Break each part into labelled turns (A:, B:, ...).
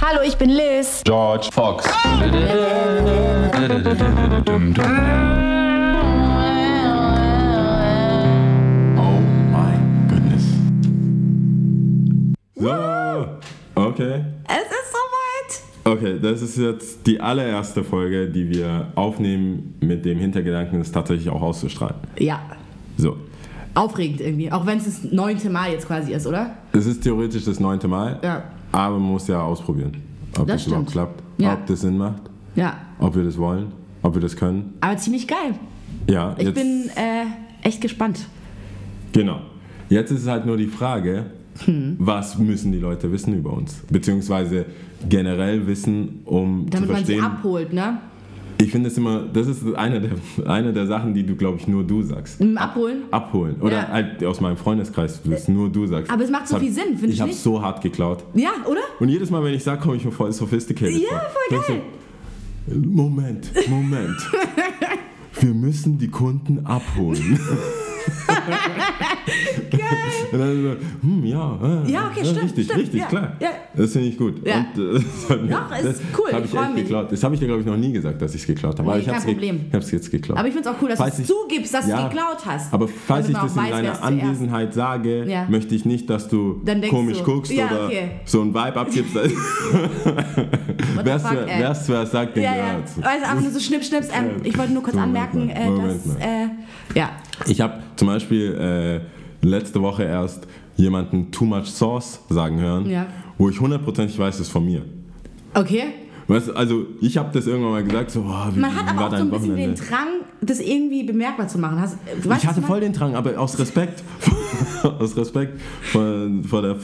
A: Hallo, ich bin Liz.
B: George Fox. Oh my goodness. So, okay.
C: Es ist soweit.
B: Okay, das ist jetzt die allererste Folge, die wir aufnehmen mit dem Hintergedanken, es tatsächlich auch auszustrahlen.
C: Ja,
B: So,
C: aufregend irgendwie. Auch wenn es das neunte Mal jetzt quasi ist, oder?
B: es ist theoretisch das neunte Mal,
C: Ja.
B: aber man muss ja ausprobieren, ob das,
C: Das
B: überhaupt
C: stimmt.
B: klappt,
C: Ja.
B: ob das Sinn macht,
C: Ja,
B: ob wir das wollen, ob wir das können.
C: aber ziemlich geil.
B: Ja,
C: Ich
B: jetzt,
C: bin äh, echt gespannt.
B: genau. Jetzt ist es halt nur die Frage,
C: Hm.
B: was müssen die Leute wissen über uns, beziehungsweise generell wissen, um
C: Damit
B: zu
C: man sie
B: verstehen.
C: abholt, ne?
B: Ich finde es immer, das ist eine der, eine der Sachen, die du, glaube ich, nur du sagst.
C: Im Abholen.
B: Abholen. Oder
C: Ja. Äh,
B: halt aus meinem Freundeskreis, das nur du sagst.
C: Aber es macht so
B: Das
C: viel Sinn, finde
B: Ich
C: ich
B: habe
C: nicht?
B: so hart geklaut.
C: Ja, oder?
B: Und jedes Mal, wenn ich sage, komme ich mir voll sophisticated
C: Ja,
B: vor.
C: voll
B: Denkst du, Moment, Moment. Wir müssen die Kunden abholen. Und dann so, hm, ja, äh,
C: Ja, okay,
B: äh,
C: stimmt,
B: richtig,
C: stimmt,
B: richtig,
C: ja,
B: klar.
C: ja.
B: Das finde ich gut.
C: Ja.
B: Und, äh, das hat mir-
C: Doch, ist
B: das
C: cool,
B: Hab
C: ich
B: ich
C: freu
B: echt
C: mich.
B: geklaut. Das habe ich dir, glaube ich, noch nie gesagt, dass ich es geklaut habe. Aber
C: Nee,
B: ich
C: kein
B: habe
C: Problem.
B: es jetzt geklaut.
C: Aber ich finde es auch cool, dass
B: Falls
C: du es
B: ich-
C: zugibst, dass du
B: Ja.
C: es geklaut hast.
B: Aber falls
C: Damit
B: ich
C: man
B: das
C: auch
B: in
C: weiß, wer es
B: deiner
C: zuerst-
B: Anwesenheit sage,
C: Ja.
B: möchte ich nicht, dass du
C: Dann denkst
B: komisch
C: du,
B: guckst
C: ja,
B: oder
C: okay.
B: so ein Vibe abgibst.
C: What the
B: Wer
C: fuck, ey?
B: es zuerst sagt, den
C: Ja, ja.
B: gehört's.
C: Also einfach nur so schnipp, schnipps. Ähm, ich wollte nur kurz
B: Hm. Moment
C: anmerken,
B: mal,
C: äh,
B: Moment
C: dass.
B: mal.
C: Äh, ja.
B: Ich habe zum Beispiel äh, letzte Woche erst jemanden Too Much Sauce sagen hören,
C: Ja.
B: wo ich hundertprozentig weiß, es ist von mir.
C: Okay.
B: Weißt, du, also ich habe das irgendwann mal gesagt, so, oh, wie,
C: Man
B: wie
C: hat aber
B: war
C: auch so
B: dein
C: ein bisschen
B: Wochenende?
C: den Drang, das irgendwie bemerkbar zu machen. Hast, weißt du, was
B: ich hatte
C: meine?
B: voll den Drang, aber aus Respekt, aus Respekt vor, vor der,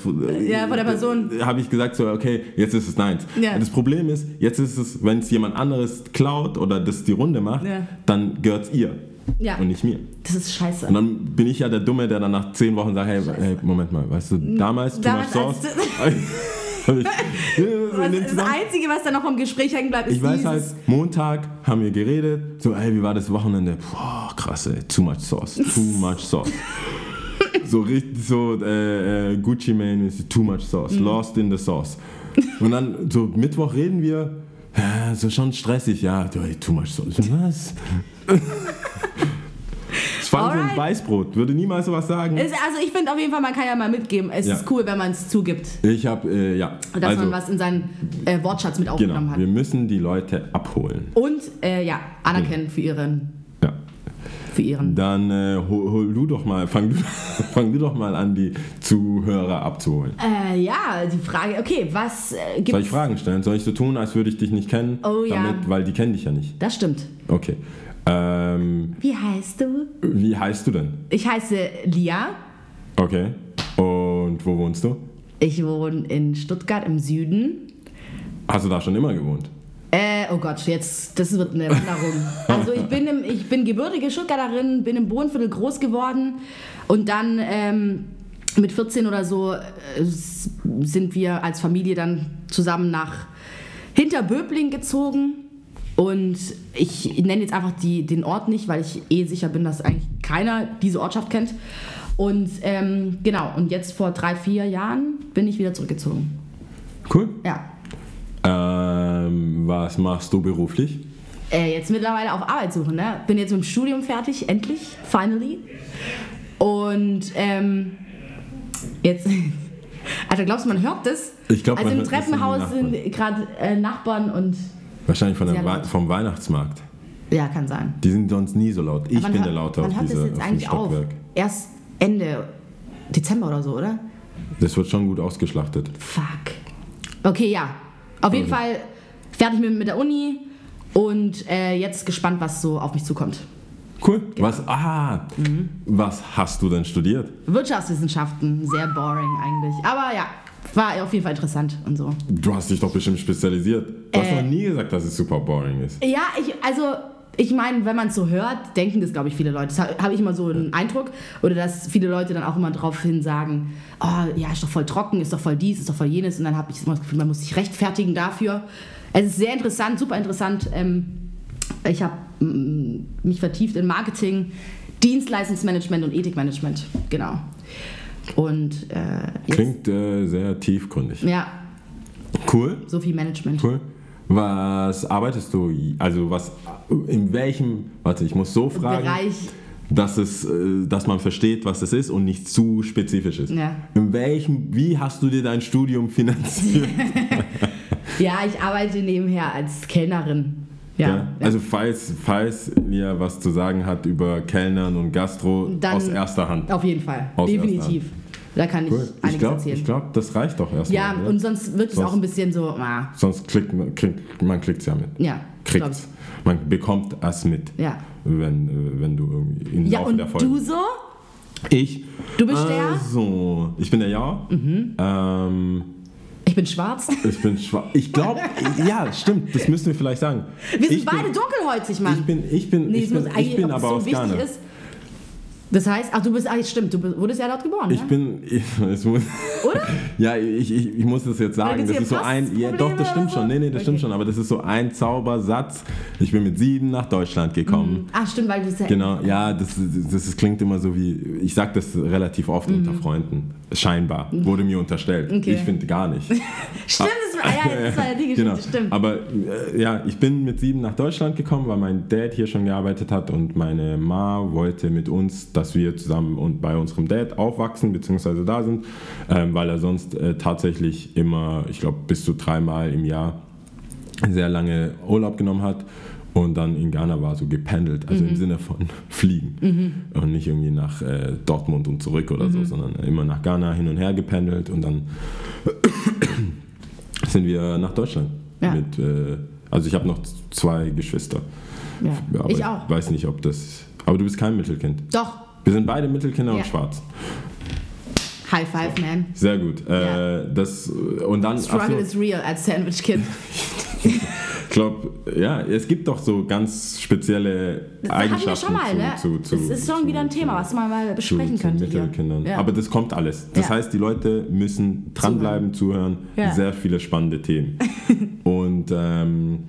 C: Ja, vor der Person.
B: habe ich gesagt so, okay, jetzt ist es deins.
C: Ja.
B: Das Problem ist, jetzt ist es, wenn es jemand anderes klaut oder das die Runde macht,
C: Ja.
B: dann gehört's ihr
C: Ja.
B: und nicht mir.
C: Das ist scheiße.
B: Und dann bin ich ja der Dumme, der dann nach zehn Wochen sagt, hey, hey Moment mal, weißt du, damals, too much
C: Damals,
B: sauce.
C: als
B: Hab ich- in dem
C: das, das
B: Zusammenhang-
C: Einzige, was da noch vom Gespräch hängen bleibt, ist
B: ich weiß
C: dieses.
B: halt, Montag haben wir geredet, so, ey, wie war das Wochenende? Boah, krass, ey, too much sauce, too much sauce. so richtig so, äh, äh, Gucci Mane ist too much sauce,
C: Mhm.
B: lost in the sauce. Und dann, so Mittwoch reden wir, ja, so schon stressig, ja, du, ey, too much sauce, was? Es war so ein
C: Alright.
B: Weißbrot, würde niemals sowas sagen.
C: Ist, also ich finde auf jeden Fall, man kann ja mal mitgeben. Es
B: Ja.
C: ist cool, wenn man es zugibt.
B: Ich habe, äh, ja,
C: Und dass
B: also,
C: man was in seinen äh, Wortschatz mit aufgenommen
B: genau, wir
C: hat.
B: müssen die Leute abholen.
C: Und äh, ja, anerkennen für ihren.
B: Ja.
C: Für ihren.
B: Dann äh, hol, hol du doch mal, fang du, fang du doch mal an, die Zuhörer abzuholen.
C: Äh, ja, die Frage, okay, was äh,
B: Soll ich
C: gibt
B: Fragen stellen? Soll ich so tun, als würde ich dich nicht kennen?
C: Oh ja.
B: Weil die kennen dich ja nicht.
C: Das stimmt.
B: Okay. Ähm,
C: Wie heißt du?
B: wie heißt du denn?
C: Ich heiße Lia.
B: Okay. Und wo wohnst du?
C: Ich wohne in Stuttgart im Süden.
B: Hast du da schon immer gewohnt?
C: Äh, oh Gott, jetzt, das wird eine Wanderung. Also ich bin, im, ich bin gebürtige Stuttgarterin, bin im Bohnenviertel groß geworden und dann ähm, mit 14 oder so äh, s- sind wir als Familie dann zusammen nach Hinterböbling gezogen und ich nenne jetzt einfach die, den Ort nicht, weil ich eh sicher bin, dass eigentlich keiner diese Ortschaft kennt. Und ähm, genau, und jetzt vor drei, vier Jahren bin ich wieder zurückgezogen.
B: Cool.
C: Ja,
B: Ähm, was machst du beruflich?
C: äh, jetzt mittlerweile auf Arbeit suchen. Ne? Bin jetzt mit dem Studium fertig, endlich, finally. Und ähm, jetzt. Alter, glaubst du, man hört das?
B: Ich glaub,
C: Also
B: man
C: im
B: hört das von den
C: Treppenhaus sind gerade äh, Nachbarn und.
B: Wahrscheinlich von der
C: Sehr
B: Wei-
C: laut.
B: vom Weihnachtsmarkt.
C: Ja, kann sein.
B: Die sind sonst nie so laut. Ich
C: Wann
B: bin
C: hört-
B: der Laute
C: wann
B: auf,
C: hört
B: diese,
C: das jetzt
B: auf dem
C: eigentlich auf?
B: Stockwerk.
C: Erst Ende Dezember oder so, oder?
B: Das wird schon gut ausgeschlachtet.
C: Fuck. Okay, ja. Auf jeden Fall fertig mit, mit der Uni und äh, jetzt gespannt, was so auf mich zukommt.
B: Cool. Was, ah,
C: Mhm.
B: was hast du denn studiert?
C: Wirtschaftswissenschaften, sehr boring eigentlich. Aber ja, war auf jeden Fall interessant und so.
B: Du hast dich doch bestimmt spezialisiert. Du hast
C: Äh.
B: noch nie gesagt, dass es super boring ist.
C: Ja, ich, also ich meine, wenn man es so hört, denken das, glaube ich, viele Leute. Das habe hab ich immer so einen Eindruck. Oder dass viele Leute dann auch immer daraufhin sagen, oh ja, ist doch voll trocken, ist doch voll dies, ist doch voll jenes. Und dann habe ich immer das Gefühl, man muss sich rechtfertigen dafür. Es ist sehr interessant, super interessant. Ähm, ich habe mm, mich vertieft in Marketing, Dienstleistungsmanagement und Ethikmanagement. Genau. Und äh, jetzt,
B: Klingt äh, sehr tiefgründig.
C: ja,
B: Cool,
C: So viel Management.
B: cool. Was arbeitest du? Also was in welchem, warte, ich muss so fragen,
C: Bereich.
B: dass es, äh, dass man versteht, was das ist und nicht zu spezifisch ist.
C: Ja.
B: In welchem, wie hast du dir dein Studium finanziert?
C: Ja, ich arbeite nebenher als Kellnerin. Ja.
B: Ja. Also falls, falls ihr was zu sagen hat über Kellnern und Gastro
C: Dann-
B: aus erster Hand.
C: Auf jeden Fall.
B: Aus
C: Definitiv. Da kann ich
B: Cool. Ich
C: einiges
B: glaube,
C: erzählen.
B: glaub, das reicht doch erstmal.
C: ja,
B: oder?
C: und sonst wirkt es
B: Sonst-
C: auch ein bisschen so, ah,
B: Sonst klickt man, kriegt, man klickt's ja mit.
C: ja, glaub
B: Kriegt's. Man bekommt es mit,
C: ich. Ja.
B: wenn, äh, wenn du irgendwie im
C: Ja,
B: Laufe
C: und
B: der Folge.
C: du so?
B: Ich.
C: Du bist der? Mhm.
B: also, ich bin der Jauer. Ähm,
C: Ich bin schwarz.
B: ich bin schwarz. Ich glaube, ja, stimmt, das müssen wir vielleicht sagen.
C: Wir sind
B: ich
C: beide
B: bin,
C: dunkelhäutig,
B: Ich
C: Mann.
B: bin, ich bin,
C: nee,
B: ich
C: es
B: bin,
C: muss
B: ich
C: eigentlich,
B: bin
C: ob
B: aber
C: das
B: aus
C: so
B: Ghana.
C: wichtig ist. Das heißt, ach, du bist, ah, stimmt, du bist- wurdest ja dort geboren,
B: Ich
C: ne?
B: bin, ich, es muss,
C: Oder?
B: ja, ich, ich, ich muss das jetzt sagen,
C: gibt's
B: das
C: hier
B: ist so ein, ja,
C: Passprobleme
B: doch, das stimmt
C: oder so?
B: schon, nee, nee, das stimmt
C: Okay.
B: schon, aber das ist so ein Zaubersatz. Ich bin mit sieben nach Deutschland gekommen.
C: Ach, Ah, stimmt, weil du bist ja.
B: Genau, ja, das, das, das klingt immer so wie, ich sag das relativ oft unter Freunden, scheinbar, wurde mir unterstellt.
C: Mhm. Okay.
B: Ich finde gar nicht.
C: Stimmt, das war, ah, ja, das war ja die Geschichte,
B: genau.
C: stimmt.
B: Aber äh, ja, ich bin mit sieben nach Deutschland gekommen, weil mein Dad hier schon gearbeitet hat und meine Ma wollte mit uns, dass wir zusammen und bei unserem Dad aufwachsen, beziehungsweise da sind, ähm, weil er sonst äh, tatsächlich immer, ich glaube, bis zu dreimal im Jahr sehr lange Urlaub genommen hat und dann in Ghana war, so gependelt, also
C: Mhm.
B: im Sinne von fliegen und nicht irgendwie nach äh, Dortmund und zurück oder
C: Mhm.
B: so, sondern immer nach Ghana hin und her gependelt und dann sind wir nach Deutschland.
C: Ja.
B: Mit, äh, also ich habe noch z- zwei Geschwister.
C: ja.
B: Aber
C: ich auch.
B: Weiß nicht, ob das. Aber du bist kein Mittelkind.
C: Doch.
B: Wir sind beide Mittelkinder
C: Ja.
B: und schwarz.
C: High five, man.
B: Sehr gut.
C: Ja.
B: Äh, das, und dann, ach
C: Struggle
B: so,
C: is real als Sandwich Kid.
B: ich glaube, ja, es gibt doch so ganz spezielle
C: Das hatten wir
B: Eigenschaften
C: schon mal,
B: zu,
C: ne?
B: zu, zu,
C: das ist schon
B: zu,
C: wieder ein Thema, was man mal
B: zu,
C: besprechen
B: zu
C: könnte. hier.
B: Mittelkindern.
C: Ja.
B: Aber das kommt alles. Das
C: Ja.
B: heißt, die Leute müssen dranbleiben, zuhören.
C: Ja.
B: Sehr viele spannende Themen. und ähm,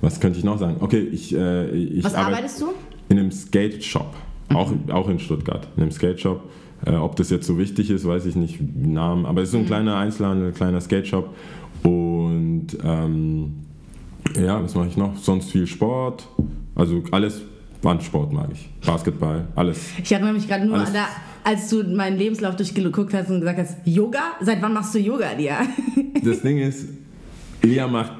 B: was könnte ich noch sagen? Okay, ich, äh, ich
C: was
B: arbeite
C: arbeitest du?
B: in einem Skate-Shop. Auch, auch in Stuttgart. In einem Skate-Shop. Äh, ob das jetzt so wichtig ist, weiß ich nicht. Namen. Aber es ist so ein kleiner Einzelhandel, ein kleiner Skate-Shop. Und ähm, ja, was mache ich noch? Sonst viel Sport. Also alles an Sport mag ich. Basketball, alles.
C: Ich erinnere mich gerade nur
B: Alles-
C: an da, als du meinen Lebenslauf durchgeguckt hast und gesagt hast, Yoga? Seit wann machst du Yoga, dir?
B: Das Ding ist, Lia macht,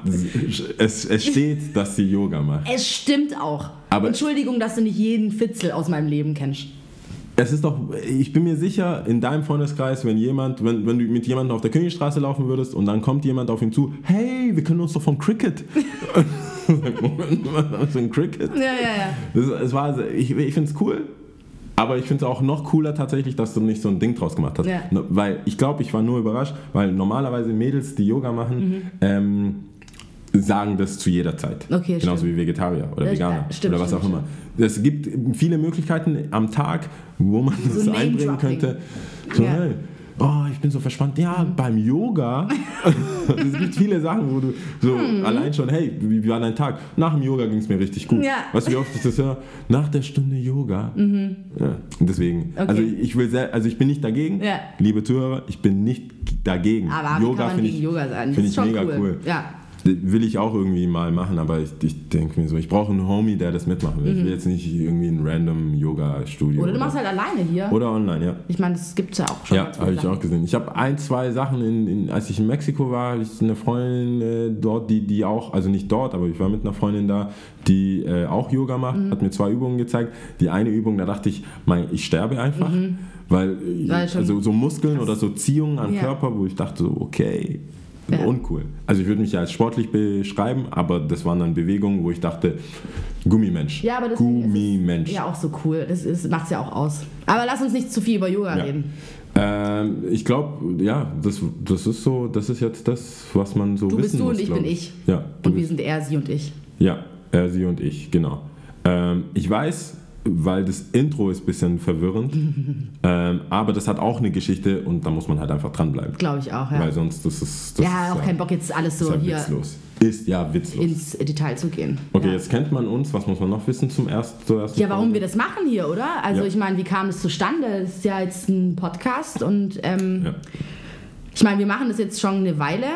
B: es, es steht, dass sie Yoga macht.
C: Es stimmt auch.
B: Aber-
C: Entschuldigung, dass du nicht jeden Fitzel aus meinem Leben kennst.
B: Es ist doch, ich bin mir sicher, in deinem Freundeskreis, wenn jemand, wenn, wenn du mit jemandem auf der Königstraße laufen würdest und dann kommt jemand auf ihn zu, hey, wir können uns doch vom Cricket. Moment mal, was ist ein Cricket?
C: Ja, ja, ja.
B: Das, es war, ich ich finde es cool, aber ich finde es auch noch cooler tatsächlich, dass du nicht so ein Ding draus gemacht hast.
C: Ja.
B: No- Weil ich glaube, ich war nur überrascht, weil normalerweise Mädels, die Yoga machen,
C: Mhm.
B: ähm, sagen das zu jeder Zeit.
C: Okay,
B: Genauso wie Vegetarier oder
C: Ja,
B: Veganer
C: stimmt,
B: oder was
C: stimmt,
B: auch immer. Es gibt viele Möglichkeiten am Tag, wo man das einbringen
C: Name-Dropping.
B: könnte. So,
C: Ja. Mhm.
B: hey, oh, ich bin so verspannt. Ja, beim Yoga. es gibt viele Sachen, wo du so
C: Mhm.
B: allein schon, hey, wie wie war dein Tag? Nach dem Yoga ging es mir richtig gut.
C: Ja.
B: Weißt du, wie oft ich das höre? Nach der Stunde Yoga. Ja, deswegen.
C: Mhm. Okay.
B: Also ich will sehr, also ich bin nicht dagegen.
C: Ja.
B: Liebe Zuhörer, ich bin nicht dagegen.
C: Aber wie kann man
B: finde
C: gegen
B: ich-
C: Yoga sein? Das
B: Finde
C: ist
B: ich
C: schon
B: mega cool.
C: Ja.
B: Will ich auch irgendwie mal machen, aber ich, ich denke mir so, ich brauche einen Homie, der das mitmachen will. Ich will jetzt nicht irgendwie ein random Yoga-Studio.
C: Mhm. Oder du machst halt alleine hier.
B: oder online, ja.
C: Ich meine, das gibt's ja auch schon.
B: Ja,
C: ganz
B: habe
C: viele
B: ich
C: Sachen.
B: auch gesehen. Ich habe ein, zwei Sachen, in, in, als ich in Mexiko war, hatte ich eine Freundin äh, dort, die, die auch, also nicht dort, aber ich war mit einer Freundin da, die äh, auch Yoga macht,
C: Mhm.
B: hat mir zwei Übungen gezeigt. Die eine Übung, da dachte ich, mein, ich sterbe einfach, weil äh,
C: Mhm. Weil schon-
B: also so Muskeln oder so Ziehungen am
C: Ja.
B: Körper, wo ich dachte so, okay,
C: Ja.
B: uncool. Also ich würde mich ja als sportlich beschreiben, aber das waren dann Bewegungen, wo ich dachte, Gummimensch,
C: Ja, aber deswegen ist es-
B: Gummimensch.
C: Ja, auch so cool. Das ist, macht's ja auch aus. Aber lass uns nicht zu viel über Yoga reden.
B: Ähm, ich glaube, ja, das, das ist so, das ist jetzt das, was man so
C: Du bist
B: wissen
C: du und
B: muss,
C: ich
B: glaub
C: bin ich.
B: Ja, du
C: Und wir
B: bist,
C: sind er, sie und ich.
B: ja, er, sie und ich, genau. Ähm, ich weiß, weil das Intro ist ein bisschen verwirrend, ähm, aber das hat auch eine Geschichte und da muss man halt einfach dranbleiben.
C: Glaube ich auch, ja.
B: Weil sonst das ist das
C: ja,
B: ist
C: auch kein Bock jetzt alles
B: ist
C: so
B: ja
C: hier
B: witzlos. Ist ja witzlos.
C: ins äh, Detail zu gehen.
B: okay,
C: ja.
B: jetzt kennt man uns, was muss man noch wissen zum ersten, zur ersten
C: Ja, warum
B: Folge?
C: wir das machen hier, oder? Also
B: Ja.
C: ich meine, wie kam das zustande? Das ist ja jetzt ein Podcast und ähm,
B: Ja.
C: ich meine, wir machen das jetzt schon eine Weile.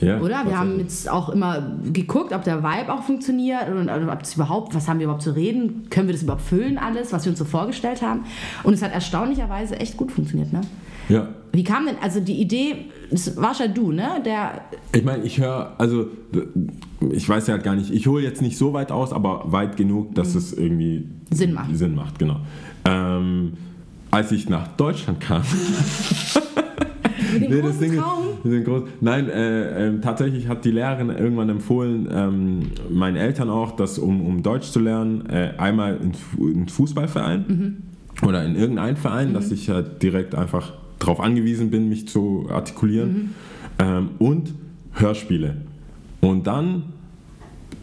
B: Ja,
C: oder? Wir
B: tatsächlich.
C: haben jetzt auch immer geguckt, ob der Vibe auch funktioniert und und ob es überhaupt, was haben wir überhaupt zu reden, können wir das überhaupt füllen alles, was wir uns so vorgestellt haben. Und es hat erstaunlicherweise echt gut funktioniert, ne?
B: Ja.
C: Wie kam denn, also die Idee, das warst ja du, ne? Der,
B: Ich meine, ich höre, also ich weiß ja halt gar nicht, ich hole jetzt nicht so weit aus, aber weit genug, dass es irgendwie
C: Mhm. Sinn macht.
B: Sinn macht, genau. Ähm, als ich nach Deutschland kam.
C: mit dem
B: Nee, das
C: großen
B: Ding ist-
C: Traum.
B: wir sind groß. Nein, äh, ähm, tatsächlich hat die Lehrerin irgendwann empfohlen, ähm, meinen Eltern auch, dass um, um Deutsch zu lernen, äh, einmal in, Fu- in Fußballverein oder in irgendeinen Verein, dass ich halt direkt einfach darauf angewiesen bin, mich zu artikulieren. Ähm, und Hörspiele. Und dann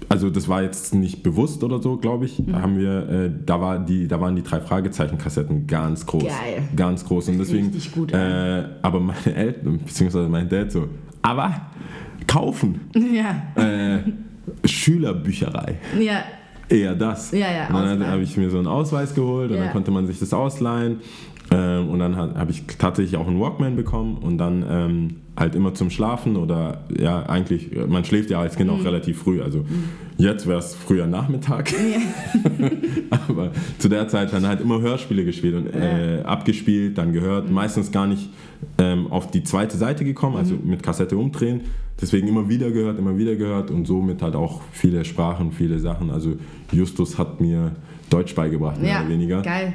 B: also das war jetzt nicht bewusst oder so, glaube ich. Da haben wir, äh, da war die, da waren die drei Fragezeichen-Kassetten ganz groß,
C: Geil.
B: ganz groß und deswegen.
C: Richtig gut,
B: Äh, aber meine Eltern beziehungsweise mein Dad so, aber kaufen
C: Ja,
B: äh, Schülerbücherei,
C: ja,
B: eher das.
C: Ja, ja,
B: Und dann
C: ausleihen.
B: habe ich mir so einen Ausweis geholt und
C: Ja.
B: dann konnte man sich das ausleihen. Ähm, und dann habe ich tatsächlich auch einen Walkman bekommen und dann ähm, halt immer zum Schlafen oder ja, eigentlich, äh, man schläft ja als Kind
C: Mhm.
B: auch relativ früh. Also jetzt wäre es früher Nachmittag. Aber zu der Zeit dann halt immer Hörspiele gespielt und äh, abgespielt, dann gehört, meistens gar nicht ähm, auf die zweite Seite gekommen, also mit Kassette umdrehen. Deswegen immer wieder gehört, immer wieder gehört und somit halt auch viele Sprachen, viele Sachen. Also Justus hat mir Deutsch beigebracht, mehr
C: ja.
B: oder weniger.
C: Geil.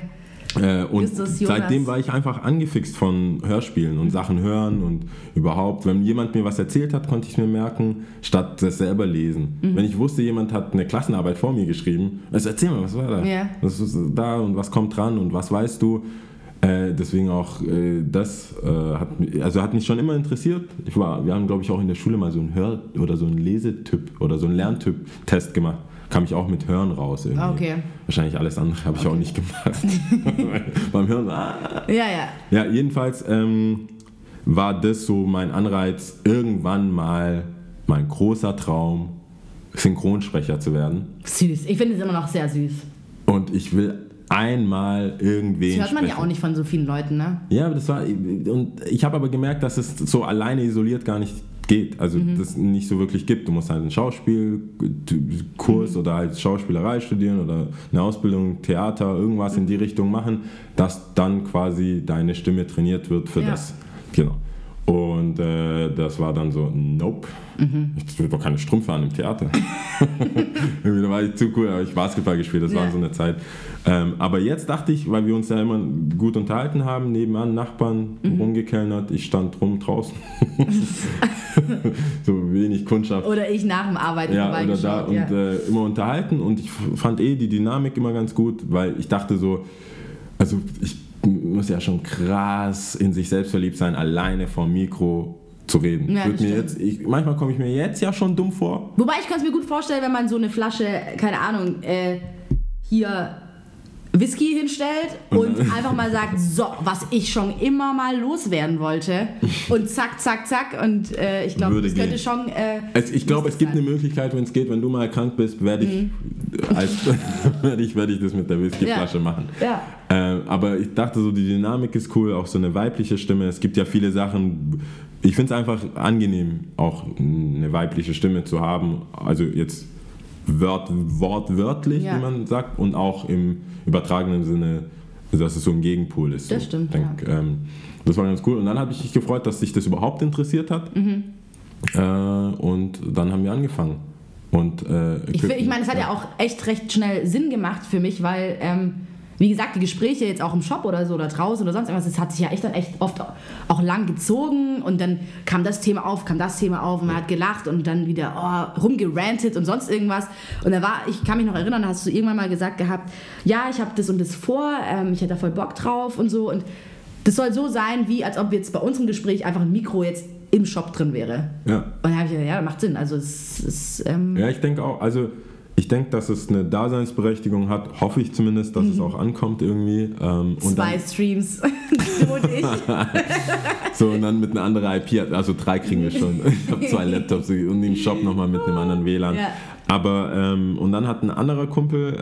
B: Äh, und
C: Justus, Jonas.
B: seitdem war ich einfach angefixt von Hörspielen und Sachen hören und überhaupt, wenn jemand mir was erzählt hat, konnte ich es mir merken, statt das selber lesen.
C: Mhm.
B: Wenn ich wusste, jemand hat eine Klassenarbeit vor mir geschrieben, also erzähl mal, was war da?
C: Ja.
B: Was ist da und was kommt dran und was weißt du? Äh, deswegen auch äh, das äh, hat, mi- also hat mich schon immer interessiert. Ich war, wir haben, glaube ich, auch in der Schule mal so einen Hör- oder so einen Lesetyp oder so einen Lerntyp-Test gemacht. Kam ich auch mit Hören raus. Irgendwie.
C: Ah, okay.
B: Mhm. Wahrscheinlich alles andere habe ich auch nicht gemacht. Beim Hören. Ah.
C: Ja, ja.
B: Ja, jedenfalls ähm, war das so mein Anreiz, irgendwann mal mein großer Traum, Synchronsprecher zu werden.
C: Süß. Ich finde es immer noch sehr süß.
B: Und ich will einmal
C: Das
B: irgendwen.
C: hört man ja
B: sprechen.
C: auch nicht von so vielen Leuten, ne?
B: Ja, aber das war und ich habe aber gemerkt, dass es so alleine isoliert gar nicht geht, also das nicht so wirklich gibt. Du musst halt einen Schauspielkurs oder halt Schauspielerei studieren oder eine Ausbildung Theater, irgendwas in die Richtung machen, dass dann quasi deine Stimme trainiert wird für
C: Ja.
B: das. Genau. Und äh, das war dann so, nope, ich will doch keine Strümpfe an im Theater. Irgendwie, da war ich zu cool, da habe ich Basketball gespielt, das war
C: Ja.
B: so eine Zeit. Ähm, aber jetzt dachte ich, weil wir uns ja immer gut unterhalten haben, nebenan Nachbarn
C: Mhm.
B: rumgekellnert, ich stand rum draußen. so wenig Kundschaft.
C: Oder ich nach dem Arbeiten
B: Ja, oder
C: vorbeigeschaut.
B: da und
C: ja.
B: äh, immer unterhalten und ich f- fand eh die Dynamik immer ganz gut, weil ich dachte so, also ich muss ja schon krass in sich selbst verliebt sein, alleine vor dem Mikro zu reden.
C: Ja,
B: Wird
C: das
B: mir
C: stimmt.
B: jetzt, ich, manchmal komme ich mir jetzt ja schon dumm vor,
C: Wobei ich kann es mir gut vorstellen, wenn man so eine Flasche, keine Ahnung, äh, hier Whisky hinstellt und einfach mal sagt, so, was ich schon immer mal loswerden wollte. Und zack, zack, zack. Und äh, ich glaube,
B: Würde
C: das könnte
B: gehen.
C: schon. Äh,
B: Es, ich glaube, es gibt
C: sein.
B: eine Möglichkeit, wenn es geht, wenn du mal krank bist, werde ich,
C: Mhm.
B: als, werde ich, werde ich das mit der Whiskyflasche
C: Ja.
B: machen.
C: Ja.
B: Ähm, aber ich dachte so, die Dynamik ist cool, auch so eine weibliche Stimme. Es gibt ja viele Sachen. Ich finde es einfach angenehm, auch eine weibliche Stimme zu haben. Also jetzt wört, wortwörtlich,
C: Ja.
B: wie man sagt, und auch im übertragenen Sinne, dass es so ein Gegenpol ist.
C: Das
B: so.
C: stimmt,
B: Denk, ähm, das war ganz cool. Und dann habe ich mich gefreut, dass sich das überhaupt interessiert hat.
C: Mhm.
B: Äh, und dann haben wir angefangen. Und, äh,
C: Ich, fi- ich meine, es hat ja auch echt recht schnell Sinn gemacht für mich, weil, ähm, wie gesagt, die Gespräche jetzt auch im Shop oder so oder draußen oder sonst irgendwas, das hat sich ja echt dann echt oft auch lang gezogen und dann kam das Thema auf, kam das Thema auf und man hat gelacht und dann wieder oh, rumgerantet und sonst irgendwas. Und da war, ich kann mich noch erinnern, da hast du irgendwann mal gesagt gehabt, ja, ich habe das und das vor, ähm, ich hätte da voll Bock drauf und so und das soll so sein, wie als ob jetzt bei unserem Gespräch einfach ein Mikro jetzt im Shop drin wäre.
B: ja.
C: Und da habe ich gedacht, ja, macht Sinn. Also es ist ähm,
B: Ja, ich denke auch, also ich denke, dass es eine Daseinsberechtigung hat, hoffe ich zumindest, dass es auch ankommt irgendwie. Ähm, und,
C: zwei
B: dann,
C: Streams. du und ich.
B: so, und dann mit einer anderen IP, also drei kriegen wir schon. Ich habe zwei Laptops und den Shop nochmal mit einem anderen WLAN.
C: Oh, Ja.
B: Aber, ähm, und dann hat ein anderer Kumpel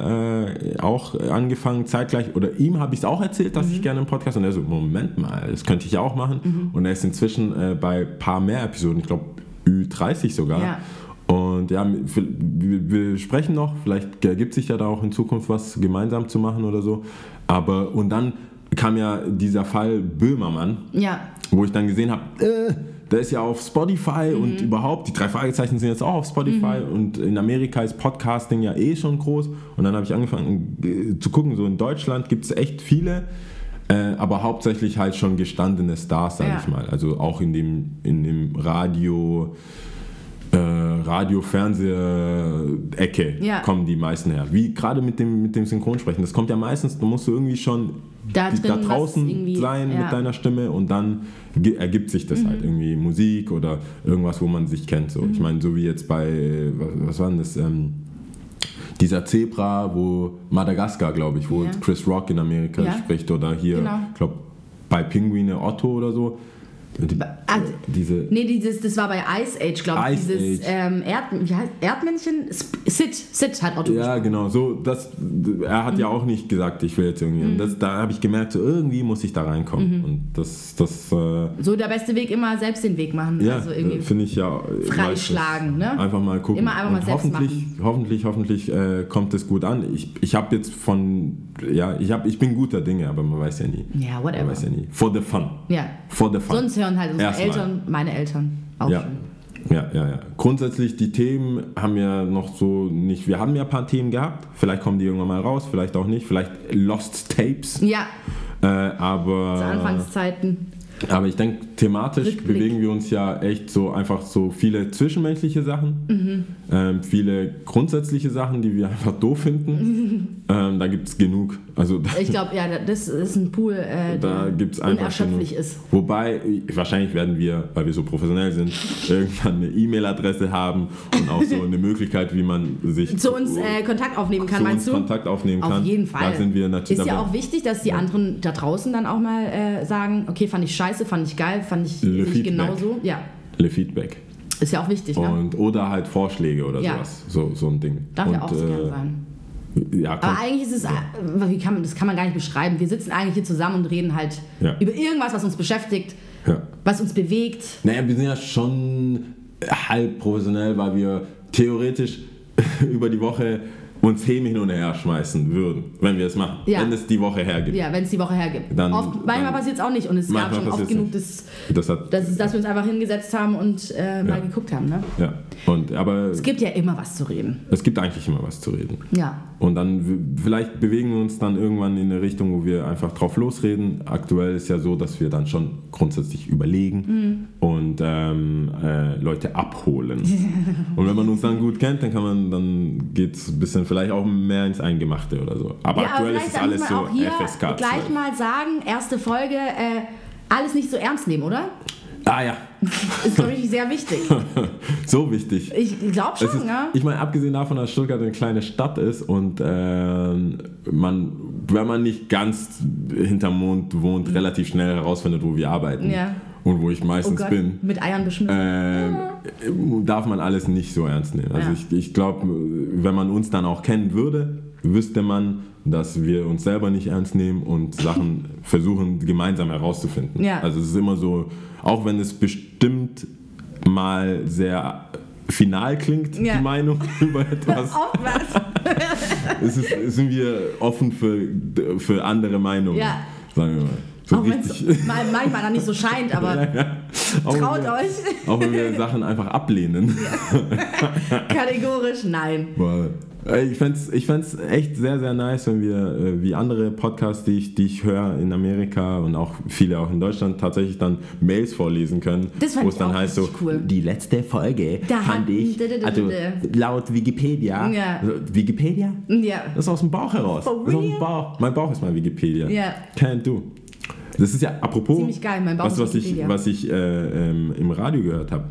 B: äh, auch angefangen, zeitgleich, oder ihm habe ich es auch erzählt, dass ich
C: Mhm.
B: gerne einen Podcast, und er so, Moment mal, das könnte ich ja auch machen. Und er ist inzwischen äh, bei ein paar mehr Episoden, ich glaube, Ü30 sogar.
C: Ja.
B: Und ja, wir wir sprechen noch, vielleicht ergibt sich ja da auch in Zukunft was gemeinsam zu machen oder so. Aber und dann kam ja dieser Fall Böhmermann,
C: Ja,
B: wo ich dann gesehen habe, äh, der ist ja auf Spotify und
C: Mhm.
B: überhaupt, die drei Fragezeichen sind jetzt auch auf Spotify und in Amerika ist Podcasting ja eh schon groß. Und dann habe ich angefangen äh, zu gucken, so in Deutschland gibt es echt viele, äh, aber hauptsächlich halt schon gestandene Stars, sage
C: Ja.
B: ich mal. Also auch in dem, in dem Radio. äh, Radio, Fernseh-Ecke
C: Ja.
B: kommen die meisten her. Wie gerade mit dem, mit dem Synchronsprechen. Das kommt ja meistens, da musst du irgendwie schon
C: da
B: die-
C: drin
B: da
C: was
B: draußen
C: irgendwie-
B: sein
C: ja. Mhm.
B: mit deiner Stimme und dann ge- ergibt sich das halt irgendwie Musik oder irgendwas, wo man sich kennt. So. Ich meine, so wie jetzt bei, äh, was, was war denn das? Ähm, dieser Zebra, wo Madagaskar, glaube ich, wo
C: Ja.
B: Chris Rock in Amerika
C: Ja.
B: spricht oder hier,
C: Genau.
B: ich glaube, bei Pinguine Otto oder so. Die,
C: Ah,
B: diese,
C: Nee, dieses, das war bei Ice Age, glaube ich.
B: Ice
C: dieses
B: Age.
C: Ähm, Erd, wie heißt, Erdmännchen? Sp- Sid. Sid hat Otto
B: Ja, genau. So, das, er hat ja
C: Mhm.
B: auch nicht gesagt, ich will jetzt irgendwie. Und das, da habe ich gemerkt, so, irgendwie muss ich da reinkommen.
C: Mhm.
B: Und das, das äh,
C: So der beste Weg immer selbst den Weg machen.
B: Ja,
C: also irgendwie.
B: äh, finde ich ja.
C: freischlagen,
B: meistens.
C: ne?
B: Einfach mal gucken.
C: Immer einfach
B: Und
C: mal selbst
B: hoffentlich, hoffentlich, hoffentlich äh, kommt es gut an. Ich, ich habe jetzt von, ja, ich, hab, ich bin guter Dinge, aber man weiß ja nie.
C: Ja, whatever.
B: Man weiß ja nie. For the fun.
C: ja.
B: For the fun.
C: Sonst hören halt unsere
B: Erstmal.
C: Eltern, meine Eltern auch
B: ja.
C: schon.
B: Ja, ja, ja. Grundsätzlich, die Themen haben ja noch so nicht. Wir haben ja ein paar Themen gehabt. Vielleicht kommen die irgendwann mal raus, vielleicht auch nicht. Vielleicht Lost Tapes.
C: Ja,
B: Äh, aber.
C: zu Anfangszeiten.
B: Aber ich denke, thematisch
C: Rückblick.
B: bewegen wir uns ja echt so einfach so viele zwischenmenschliche Sachen,
C: Mhm.
B: ähm, viele grundsätzliche Sachen, die wir einfach doof finden. ähm, da gibt es genug. Also da,
C: Ich glaube, ja, das ist ein Pool, äh,
B: da
C: der
B: gibt es einfach genug.
C: unerschöpflich ist.
B: Wobei, äh, wahrscheinlich werden wir, weil wir so professionell sind, irgendwann eine E-Mail-Adresse haben und auch so eine Möglichkeit, wie man sich
C: Zu uns äh, Kontakt aufnehmen
B: Oh.
C: kann,
B: zu
C: meinst
B: uns
C: du?
B: Kontakt aufnehmen
C: Auf
B: kann.
C: jeden Fall.
B: Da sind wir natürlich
C: ist ja
B: dabei.
C: auch wichtig, dass die anderen da draußen dann auch mal äh, sagen, okay, fand ich scheiße, fand ich geil, fand ich
B: Le
C: nicht
B: Feedback.
C: genauso. Ja,
B: Le Feedback.
C: ist ja auch wichtig, ne?
B: Und, oder halt Vorschläge oder
C: Ja.
B: sowas. So, so ein Ding.
C: Darf
B: und,
C: ja auch so gern
B: äh,
C: sein.
B: Ja,
C: Aber
B: komm.
C: eigentlich ist es, äh, wie kann man, das kann man gar nicht beschreiben. Wir sitzen eigentlich hier zusammen und reden halt
B: Ja.
C: über irgendwas, was uns beschäftigt,
B: Ja.
C: was uns bewegt.
B: Naja, wir sind ja schon halb professionell, weil wir theoretisch über die Woche uns Themen hin und her schmeißen würden, wenn wir es machen.
C: Ja.
B: Wenn es die Woche hergibt.
C: Ja, wenn es die Woche hergibt.
B: Dann-
C: oft, manchmal
B: dann-
C: passiert es auch nicht und es gab
B: Manchmal
C: schon oft
B: passiert's
C: genug,
B: nicht.
C: dass,
B: Das hat.
C: dass, dass wir uns einfach hingesetzt haben und äh, mal
B: Ja.
C: geguckt haben. Ne?
B: ja. Und, aber
C: Es gibt ja immer was zu reden.
B: es gibt eigentlich immer was zu reden.
C: Ja,
B: Und dann w- vielleicht bewegen wir uns dann irgendwann in eine Richtung, wo wir einfach drauf losreden. Aktuell ist ja so, dass wir dann schon grundsätzlich überlegen
C: Mhm.
B: und ähm, äh, Leute abholen. und wenn man uns dann gut kennt, dann kann man, dann geht es ein bisschen vielleicht auch mehr ins Eingemachte oder so. Aber
C: ja
B: aktuell ist
C: vielleicht
B: es alles
C: muss
B: so
C: man auch hier
B: FSK. 12.
C: gleich mal sagen, erste Folge, äh, alles nicht so ernst nehmen, oder?
B: Ah ja,
C: Ist, glaube ich, sehr wichtig.
B: so wichtig.
C: Ich glaube schon,
B: Es ist,
C: ne?
B: Ich meine, abgesehen davon, dass Stuttgart eine kleine Stadt ist und ähm, man, wenn man nicht ganz hinterm Mond wohnt, relativ schnell herausfindet, wo wir arbeiten
C: Ja.
B: und wo ich
C: Oh
B: meistens
C: Gott,
B: bin,
C: mit Eiern beschmissen.
B: ähm, darf man alles nicht so ernst nehmen. Also
C: Ja.
B: ich, ich glaube, wenn man uns dann auch kennen würde, wüsste man, dass wir uns selber nicht ernst nehmen und Sachen versuchen gemeinsam herauszufinden.
C: Ja.
B: Also es ist immer so, auch wenn es bestimmt mal sehr final klingt,
C: Ja.
B: die Meinung über etwas,
C: Oft was.
B: es ist, sind wir offen für, für andere Meinungen,
C: Ja.
B: sagen wir mal. So
C: auch wenn
B: richtig.
C: es mal- manchmal dann nicht so scheint, aber
B: Auch wenn
C: traut
B: wir-
C: euch
B: Auch wenn wir Sachen einfach ablehnen.
C: kategorisch nein.
B: Weil, ey, ich fände es ich fänd's echt sehr, sehr nice, wenn wir, äh, wie andere Podcasts, die ich, die ich höre in Amerika und auch viele auch in Deutschland, tatsächlich dann Mails vorlesen können,
C: Das fänd
B: wo es
C: ich
B: dann
C: auch
B: heißt so,
C: richtig cool.
B: die letzte Folge
C: Da
B: fand
C: hatten-
B: ich,
C: da, da, da,
B: also
C: da,
B: laut Wikipedia,
C: Ja.
B: also Wikipedia?
C: Ja.
B: Das ist aus dem Bauch heraus.
C: For
B: Das ist aus
C: real?
B: dem Bauch. Mein Bauch ist mein Wikipedia.
C: Ja.
B: Can't do. Das ist ja, apropos,
C: Ziemlich geil, mein Bauch
B: was,
C: ist
B: was ich,
C: Wikipedia. Hm?
B: was ich äh, ähm, im Radio gehört habe.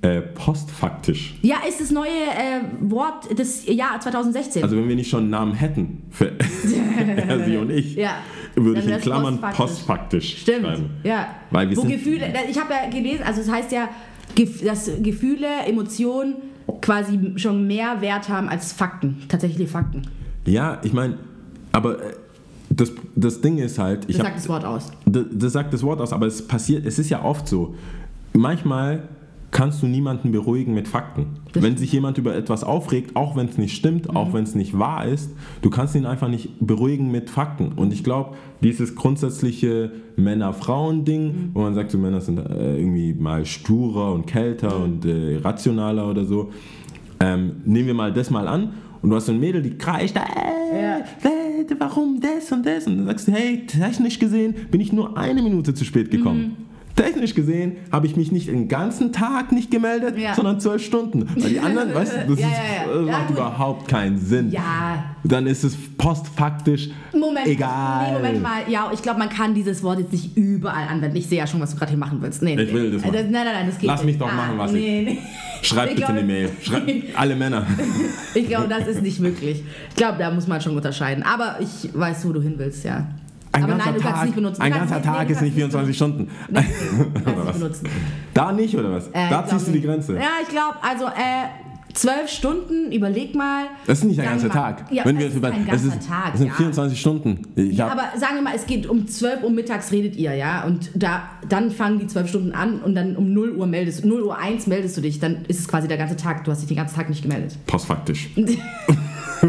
B: Äh, postfaktisch.
C: Ja, ist das neue äh, Wort des Jahr 2016.
B: Also wenn wir nicht schon einen Namen hätten für Ersi und ich,
C: Ja.
B: würde
C: Dann
B: ich in
C: wär's
B: Klammern
C: postfaktisch.
B: postfaktisch
C: Stimmt.
B: schreiben.
C: Ja.
B: Weil wir
C: Wo
B: sind-
C: Gefühle, ich habe ja gelesen, also es heißt ja, Gef- dass Gefühle, Emotionen quasi schon mehr Wert haben als Fakten, tatsächliche Fakten.
B: Ja, ich meine, aber äh, das, das Ding ist halt, ich hab,
C: Das sagt das Wort aus.
B: das, das sagt das Wort aus, aber es passiert, es ist ja oft so. Manchmal kannst du niemanden beruhigen mit Fakten.
C: Das
B: wenn
C: stimmt, Mhm.
B: sich jemand über etwas aufregt, auch wenn es nicht stimmt, auch wenn es nicht wahr ist, du kannst ihn einfach nicht beruhigen mit Fakten. Und ich glaube, dieses grundsätzliche Männer-Frauen-Ding,
C: Mhm.
B: wo man sagt, so Männer sind äh, irgendwie mal sturer und
C: Mhm.
B: kälter und äh, rationaler oder so, ähm, nehmen wir mal das mal an und du hast so ein Mädel, die kreischt, äh,
C: Ja.
B: äh, warum das und das? Und dann sagst du, hey, technisch gesehen bin ich nur eine Minute zu spät gekommen.
C: Mhm.
B: Technisch gesehen habe ich mich nicht den ganzen Tag nicht gemeldet,
C: Ja.
B: sondern zwölf Stunden. Weil die anderen, weißt du, das
C: Ja,
B: ist,
C: ja, ja.
B: das
C: Ja,
B: macht
C: gut.
B: überhaupt keinen Sinn.
C: Ja.
B: Dann ist es postfaktisch
C: Moment,
B: egal.
C: Nee, Moment mal. Ja, ich glaube, man kann dieses Wort jetzt nicht überall anwenden. Ich sehe ja schon, was du gerade hier machen willst. Nee, Äh,
B: Ich will das machen.
C: Nein, nein, nein, das geht
B: Lass
C: nicht. Ah,
B: mich doch machen, was ich-
C: nee, Nee.
B: Schreibt
C: Ich
B: bitte
C: glaub-
B: eine Mail. Schreibt alle Männer.
C: Ich glaube, das ist nicht möglich. Ich glaube, da muss man schon unterscheiden. Aber ich weiß, wo du hin willst, ja.
B: Ein
C: Aber
B: ganzer
C: nein, du
B: Tag,
C: kannst es nicht benutzen. Du
B: Ein
C: kannst
B: ganzer
C: es nee,
B: Tag
C: du
B: ist nicht
C: kannst
B: 24
C: es
B: Stunden.
C: benutzen.
B: Oder
C: Du kannst es
B: was?
C: nicht benutzen.
B: Da nicht, oder was?
C: Äh,
B: da
C: ich
B: ziehst du
C: glaub
B: die
C: nicht.
B: Grenze.
C: Ja, ich glaube, also äh, zwölf Stunden, überleg mal.
B: Das ist nicht ein
C: Sagen
B: ganzer
C: wir mal-
B: Tag.
C: Ja,
B: Wenn wir jetzt
C: es ist
B: über-
C: ein
B: es
C: ganzer
B: ist,
C: Tag.
B: Es sind
C: ja.
B: 24 Stunden. Ich hab,
C: Aber sagen wir mal, es geht um 12 Uhr mittags redet ihr, ja? Und da, dann fangen die 12 Stunden an und dann um 0 Uhr meldest 0 Uhr 1 meldest du dich. Dann ist es quasi der ganze Tag. Du hast dich den ganzen Tag nicht gemeldet.
B: postfaktisch.
C: Äh,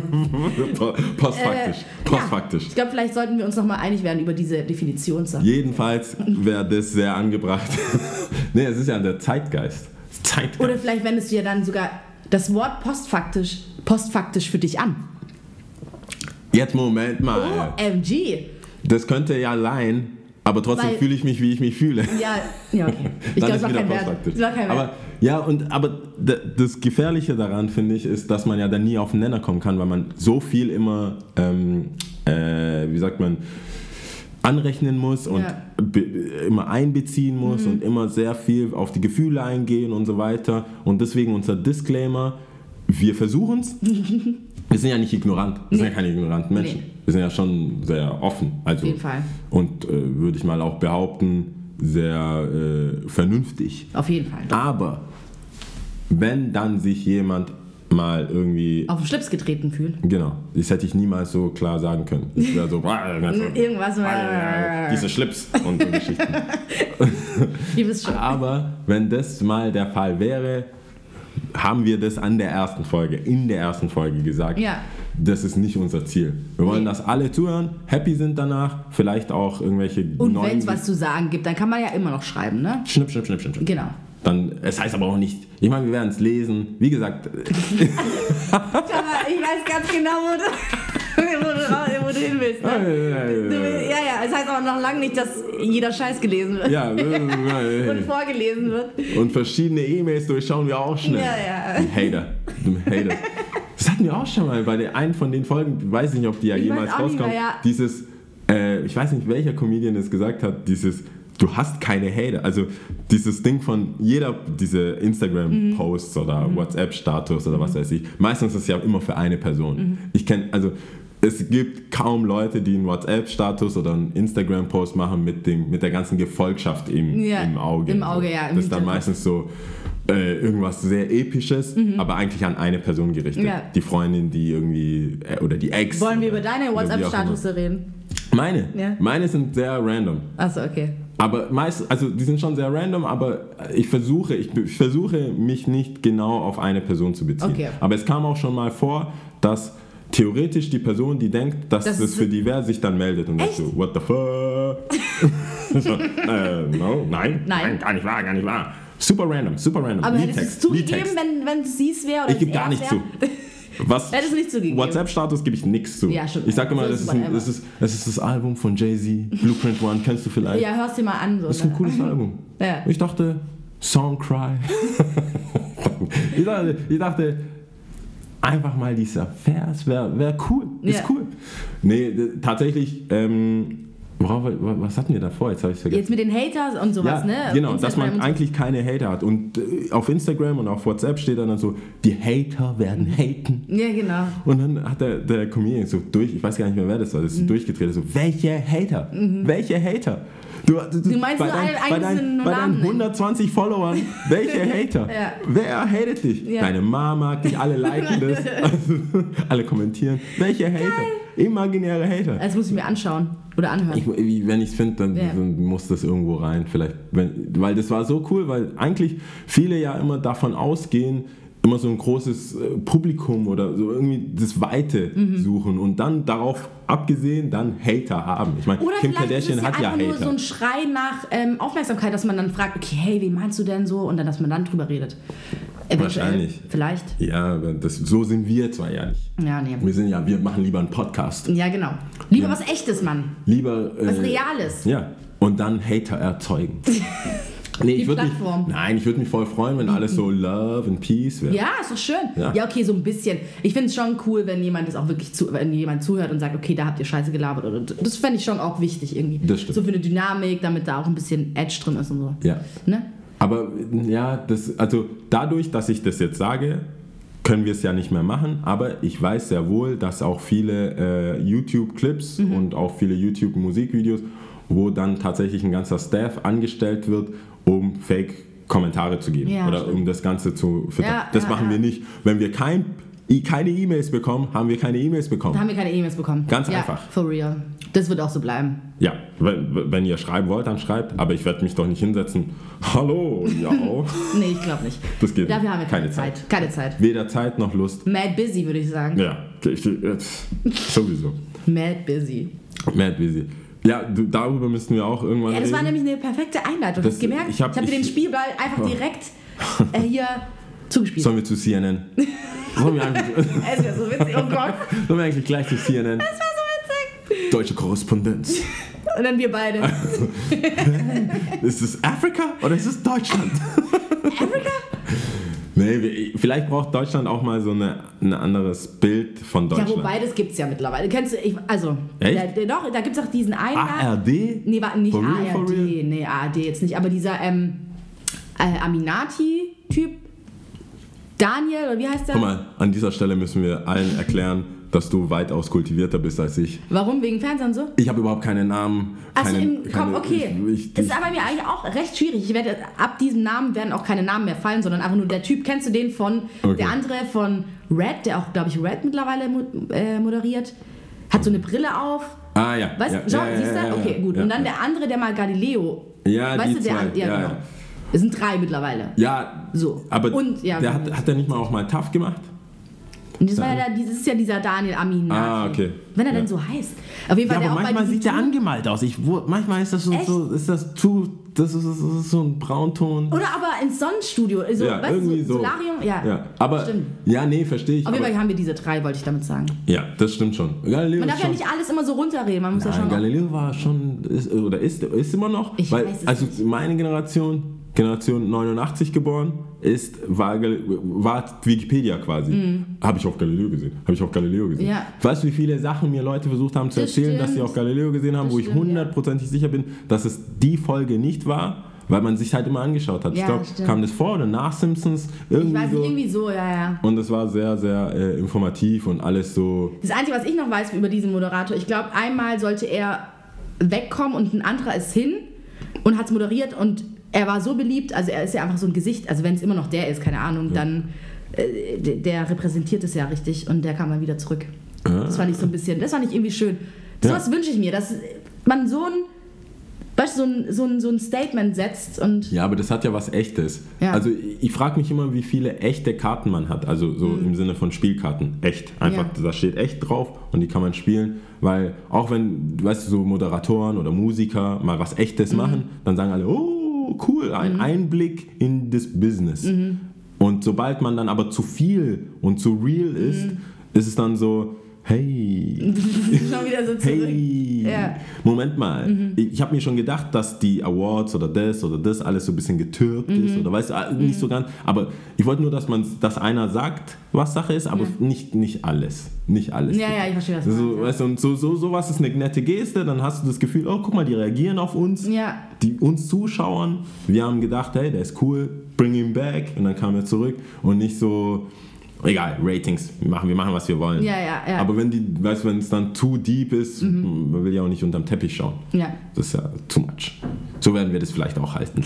B: postfaktisch. Postfaktisch.
C: Ja, ich glaube, vielleicht sollten wir uns nochmal einig werden über diese Definitionssache.
B: Jedenfalls wäre das sehr angebracht. nee, es ist ja der Zeitgeist. Zeitgeist.
C: Oder vielleicht wendest du ja dann sogar das Wort postfaktisch, postfaktisch für dich an.
B: Jetzt Moment mal.
C: Oh. OMG.
B: Das könnte ja sein, aber trotzdem
C: Weil-
B: fühle ich mich, wie ich mich fühle.
C: Ja, ja, okay. Ich
B: Dann
C: glaube, es
B: ist
C: war
B: wieder
C: kein Wert.
B: postfaktisch.
C: Es war kein Wert.
B: Aber ja, und aber d- das Gefährliche daran finde ich ist, dass man ja dann nie auf den Nenner kommen kann, weil man so viel immer, ähm, äh, wie sagt man, anrechnen muss und
C: Ja. Mhm.
B: be- immer einbeziehen muss und immer sehr viel auf die Gefühle eingehen und so weiter. Und deswegen unser Disclaimer: Wir versuchen es. Wir sind ja nicht ignorant. Wir sind
C: Nee.
B: ja keine ignoranten Menschen.
C: Nee.
B: Wir sind ja schon sehr offen. Also
C: Auf jeden Fall.
B: und äh, würde ich mal auch behaupten, sehr äh, vernünftig.
C: Auf jeden
B: Ah.
C: Fall.
B: Aber wenn dann sich jemand mal irgendwie.
C: Auf den Schlips getreten fühlen.
B: Genau, das hätte ich niemals so klar sagen können. Das wäre so.
C: Irgendwas.
B: Diese Schlips und so Geschichten.
C: Ihr wisst schon.
B: Aber wenn das mal der Fall wäre, haben wir das an der ersten Folge, in der ersten Folge gesagt.
C: Ja.
B: Das ist nicht unser Ziel. Wir wollen,
C: Nee.
B: dass alle zuhören, happy sind danach, vielleicht auch irgendwelche
C: Und
B: neuen.
C: wenn es was zu sagen gibt, dann kann man ja immer noch schreiben, ne?
B: Schnipp, schnipp, schnipp, schnipp. schnipp.
C: Genau.
B: Dann, es heißt aber auch nicht, ich meine, wir werden es lesen. Wie gesagt,
C: ich weiß ganz genau, wo du, wo du, wo du hin willst. ne?
B: äh, äh, äh,
C: Ja, ja, es heißt aber noch lange nicht, dass jeder Scheiß gelesen wird
B: ja, äh, äh,
C: und vorgelesen wird.
B: äh. und verschiedene E-Mails durchschauen wir auch schnell.
C: Ja, ja.
B: Die Hater, die Hater. Das hatten wir auch schon mal bei der einen von den Folgen, weiß nicht, ob die ja
C: Ich weiß
B: jemals
C: auch nicht
B: rauskommt.
C: mehr, ja.
B: Dieses, äh, ich weiß nicht, welcher Comedian es gesagt hat, dieses, du hast keine Hater. Also dieses Ding von jeder, diese Instagram-Posts
C: Mhm.
B: oder WhatsApp-Status oder was weiß ich. Meistens ist es ja immer für eine Person.
C: Mhm.
B: Ich kenne, also es gibt kaum Leute, die einen WhatsApp-Status oder einen Instagram-Post machen mit, dem, mit der ganzen Gefolgschaft im,
C: Ja,
B: im Auge.
C: im Auge, ja, im
B: das ist dann
C: Hintergrund.
B: meistens so äh, irgendwas sehr Episches, aber eigentlich an eine Person gerichtet.
C: Mhm. Ja.
B: Die Freundin, die irgendwie, äh, oder die Ex.
C: Wollen wir
B: oder-
C: über deine
B: oder wie auch
C: WhatsApp-Status reden?
B: immer. Meine?
C: Ja.
B: Meine sind sehr random.
C: Achso, okay.
B: Aber meist, also die sind schon sehr random, aber ich versuche, ich, be- ich versuche mich nicht genau auf eine Person zu beziehen.
C: Okay.
B: Aber es kam auch schon mal vor, dass theoretisch die Person, die denkt, dass
C: Das
B: es
C: ist-
B: für die wäre, sich dann meldet und sagt so, what the fuck? so, äh, no, nein, nein, gar nicht wahr, gar nicht wahr. Super random, super random.
C: Aber
B: Liedtext,
C: hättest du es zugegeben,
B: Liedtext.
C: wenn, wenn du siehst, wer oder
B: Ich gebe
C: es
B: gar
C: erst
B: nicht zu.
C: wär?
B: Was?
C: Hättest du nicht zugegeben.
B: WhatsApp-Status gebe ich nichts zu.
C: Ja, schon.
B: Ich sage immer,
C: So
B: das
C: ist
B: ist, ein,
C: whatever.
B: das, ist, das ist das Album von Jay-Z, Blueprint One, kennst du vielleicht.
C: Ja, hörst dir mal an. So, ne?
B: Das ist ein cooles Album.
C: Mhm. Ja.
B: Ich dachte, Song Cry. ich, dachte, ich dachte, einfach mal dieser Vers wäre wär cool. Ist
C: Ja.
B: cool. Nee, d- tatsächlich, ähm, worauf, wa- was hatten wir davor? Jetzt habe ich es vergessen.
C: Jetzt mit den Haters und sowas, ne?
B: Genau,
C: Instagram
B: dass man
C: und so.
B: eigentlich keine Hater hat. Und äh, auf Instagram und auf WhatsApp steht dann so, die Hater werden haten.
C: Ja, genau.
B: Und dann hat der, der Comedian so durch, ich weiß gar nicht mehr, wer das war, das
C: Mhm.
B: ist durchgedreht, so, welche Hater? Welche Hater? Du,
C: Du meinst nur alle
B: bei,
C: einzelnen
B: deinen- bei
C: Namen
B: deinen
C: nennen.
B: 120 Followern, welche Hater?
C: Ja.
B: Wer hatet dich?
C: Ja.
B: Deine Mama mag dich, alle liken das, alle kommentieren. Welche Hater? Imaginäre Hater.
C: Das muss ich mir anschauen oder anhören.
B: Ich, wenn ich es finde, dann,
C: Ja.
B: dann muss das irgendwo rein. Vielleicht, wenn, weil das war so cool, weil eigentlich viele ja immer davon ausgehen, immer so ein großes äh, Publikum oder so irgendwie das Weite
C: Mhm.
B: suchen und dann darauf abgesehen dann Hater haben. Ich meine,
C: Oder
B: Kim
C: vielleicht ist
B: Kardashian
C: es ja
B: hat ja
C: einfach nur so
B: Hater.
C: ein Schrei nach ähm, Aufmerksamkeit, dass man dann fragt, okay, hey, wie meinst du denn so? Und dann, dass man dann drüber redet. Eventuell.
B: Wahrscheinlich.
C: Vielleicht.
B: ja, aber das, so sind wir zwar ja nicht.
C: Ja, nee.
B: Wir sind ja, wir machen lieber einen Podcast.
C: Ja, genau. Lieber was echtes, Mann.
B: Lieber.
C: Was
B: äh,
C: Reales.
B: Ja, und dann Hater erzeugen. Nee, ich würd mich,
C: Plattform. Mhm.
B: nein, ich würde mich voll freuen, wenn alles so Love and Peace wäre.
C: Ja, ist doch schön. Ja,
B: Ja.
C: okay, so ein bisschen. Ich finde es schon cool, wenn jemand das auch wirklich zu, wenn jemand zuhört und sagt, okay, da habt ihr Scheiße gelabert. Oder, das fände ich schon auch wichtig irgendwie.
B: Das stimmt.
C: So für eine Dynamik, damit da auch ein bisschen Edge drin ist und so.
B: Ja.
C: Ne?
B: Aber ja, das, also dadurch, dass ich das jetzt sage, können wir es ja nicht mehr machen. Aber ich weiß sehr wohl, dass auch viele äh, YouTube-Clips
C: Mhm.
B: und auch viele YouTube-Musikvideos, wo dann tatsächlich ein ganzer Staff angestellt wird, um Fake. Kommentare zu geben
C: Ja,
B: oder
C: stimmt.
B: um das Ganze zu füttern.
C: Ja,
B: das
C: ja,
B: machen
C: ja.
B: wir nicht. Wenn wir kein, i- keine E-Mails bekommen, haben wir keine E-Mails bekommen.
C: Da haben wir keine E-Mails bekommen.
B: Ganz
C: ja,
B: einfach.
C: For real. Das wird auch so bleiben.
B: Ja, wenn, wenn ihr schreiben wollt, dann schreibt. Aber ich werde mich doch nicht hinsetzen. Hallo, ja.
C: Nee, ich glaube nicht.
B: Das geht
C: Dafür
B: nicht.
C: haben wir keine,
B: Keine
C: Zeit.
B: Zeit.
C: Keine Zeit.
B: Weder Zeit noch Lust.
C: Mad busy, würde ich sagen.
B: Ja, ich, jetzt, sowieso.
C: Mad busy.
B: Mad busy. Ja, du, darüber müssten wir auch irgendwann
C: Ja, das war
B: reden.
C: nämlich eine perfekte Einleitung.
B: Das-
C: Hast du gemerkt? Ich
B: ich hab-
C: habe hab dir den
B: ich-
C: Spielball einfach direkt äh, hier zugespielt.
B: Sollen wir zu CNN? Sollen wir, eigentlich,
C: Es wäre so witzig. Oh Gott.
B: sollen wir eigentlich gleich zu CNN?
C: Das war so witzig.
B: Deutsche Korrespondenz.
C: Und dann wir beide.
B: Ist es Afrika oder ist es Deutschland?
C: Afrika?
B: Nee, wir, vielleicht braucht Deutschland auch mal so eine, ein anderes Bild von
C: Ja,
B: Deutschland.
C: wobei, das gibt's ja mittlerweile. Kennst du, ich, also,
B: Echt?
C: Da, doch, da gibt's auch diesen einen.
B: Ah, ARD?
C: Nee, war nicht
B: For real, for
C: ARD.
B: real?
C: Nee, ARD jetzt nicht. Aber dieser ähm, äh, Aminati-Typ, Daniel, oder wie heißt der?
B: Guck mal, an dieser Stelle müssen wir allen erklären, dass du weitaus kultivierter bist als ich.
C: Warum? Wegen Fernsehen so?
B: Ich habe überhaupt keinen Namen.
C: Achso,
B: keinen-
C: Also im Kopf,
B: keine-
C: okay.
B: Ich, ich,
C: ist aber mir eigentlich auch recht schwierig. Ich werde, ab diesem Namen werden auch keine Namen mehr fallen, sondern einfach nur der Typ. Kennst du den von,
B: Okay.
C: der andere von Red, der auch, glaube ich, Red mittlerweile mo äh, moderiert? Hat so eine Brille auf.
B: ah ja.
C: Weißt
B: ja,
C: du,
B: ja,
C: siehst du?
B: ja, ja,
C: okay,
B: ja,
C: gut.
B: Ja,
C: Und dann
B: ja.
C: der andere, der mal Galileo.
B: Ja,
C: weißt
B: die
C: du, der
B: zwei,
C: an-
B: ja,
C: genau.
B: ja.
C: Es sind drei mittlerweile.
B: Ja,
C: So.
B: aber
C: Und, ja,
B: der
C: genau.
B: hat, hat er nicht mal auch mal tough gemacht?
C: Und das, war ja, der- dieses ist ja dieser Daniel Aminati.
B: Ah, okay.
C: Wenn er denn
B: Ja.
C: so heißt. Auf jeden Fall, der auch bei diesem Typ-
B: angemalt aus. Ich, wo- manchmal ist das so,
C: Echt?
B: ist das zu, das ist, das ist so ein Braunton.
C: Oder aber ins Sonnenstudio. So,
B: ja,
C: weißt du,
B: irgendwie so.
C: Solarium, ja.
B: ja. Aber,
C: Stimmt.
B: ja, nee, verstehe ich.
C: Auf jeden
B: aber-
C: Fall haben wir diese drei, wollte ich damit sagen.
B: Ja, das stimmt schon. Galileo ist
C: Man darf ja
B: schon,
C: nicht alles immer so runterreden, man muss ja
B: Nein,
C: schon. Auch,
B: Galileo war schon, ist, oder ist, ist immer noch.
C: Ich
B: weil,
C: weiß es
B: also meine Generation, Generation 89 geboren, ist, war, Gal- war Wikipedia quasi. Habe ich auf Galileo gesehen. Habe ich auf Galileo gesehen.
C: Mhm. Ja.
B: Weißt du, wie viele Sachen mir Leute versucht haben zu
C: Das
B: erzählen, dass sie
C: stimmt.
B: auf Galileo gesehen haben,
C: Das
B: wo ich
C: stimmt, ja.
B: hundertprozentig sicher bin, dass es die Folge nicht war, weil man sich halt immer angeschaut hat.
C: Ja,
B: ich glaube,
C: stimmt.
B: kam das vor oder nach Simpsons?
C: ich
B: Irgendwie
C: weiß
B: so.
C: nicht, irgendwie so, ja, ja.
B: Und es war sehr, sehr äh, informativ und alles so.
C: Das Einzige, was ich noch weiß über diesen Moderator, ich glaube, einmal sollte er wegkommen und ein anderer ist hin und hat es moderiert und er war so beliebt, also er ist ja einfach so ein Gesicht, also wenn es immer noch der ist, keine Ahnung, dann äh, der, der repräsentiert es ja richtig und der kam dann wieder zurück. Das fand ich so ein bisschen, das fand ich irgendwie schön.
B: Ah. Ja.
C: Sowas wünsche ich mir, dass man so ein, weißt du, so ein, so ein, so ein Statement setzt und
B: Ja, aber das hat ja was Echtes.
C: Ja.
B: Also ich, ich frage mich immer, wie viele echte Karten man hat. Also so im Sinne von Spielkarten. Echt. Einfach,
C: Mhm. Ja.
B: da steht echt drauf und die kann man spielen. Weil auch wenn, weißt du, so Moderatoren oder Musiker mal was
C: Mhm.
B: Echtes machen, dann sagen alle, oh, cool, ein Einblick in das Business.
C: Mhm.
B: Und sobald man dann aber zu viel und zu real ist,
C: Mhm.
B: ist es dann so, hey,
C: schon wieder so zurück.
B: Hey,
C: Ja. Mhm.
B: Moment mal. Ich, ich habe mir schon gedacht, dass die Awards oder das oder das alles so ein bisschen getürkt ist
C: Mhm.
B: oder weißt du, ah, nicht so ganz. Aber ich wollte nur, dass man, dass einer sagt, was Sache ist, aber nicht, nicht alles. Nicht alles.
C: Ja, ja, ich verstehe, was du meinst,
B: so,
C: ja.
B: weißt du, und so, so, sowas ist eine nette Geste, dann hast du das Gefühl, oh, guck mal, die reagieren auf uns.
C: Ja.
B: Die uns Zuschauern, wir haben gedacht, hey, der ist cool, bring him back. Und dann kam er zurück und nicht so, egal, Ratings, wir machen, wir machen was wir wollen.
C: Ja, ja, ja.
B: Aber wenn die, weißt du, wenn es dann too deep ist, man will ja auch nicht unterm Teppich schauen.
C: Ja.
B: Das ist ja too much. So werden wir das vielleicht auch halten.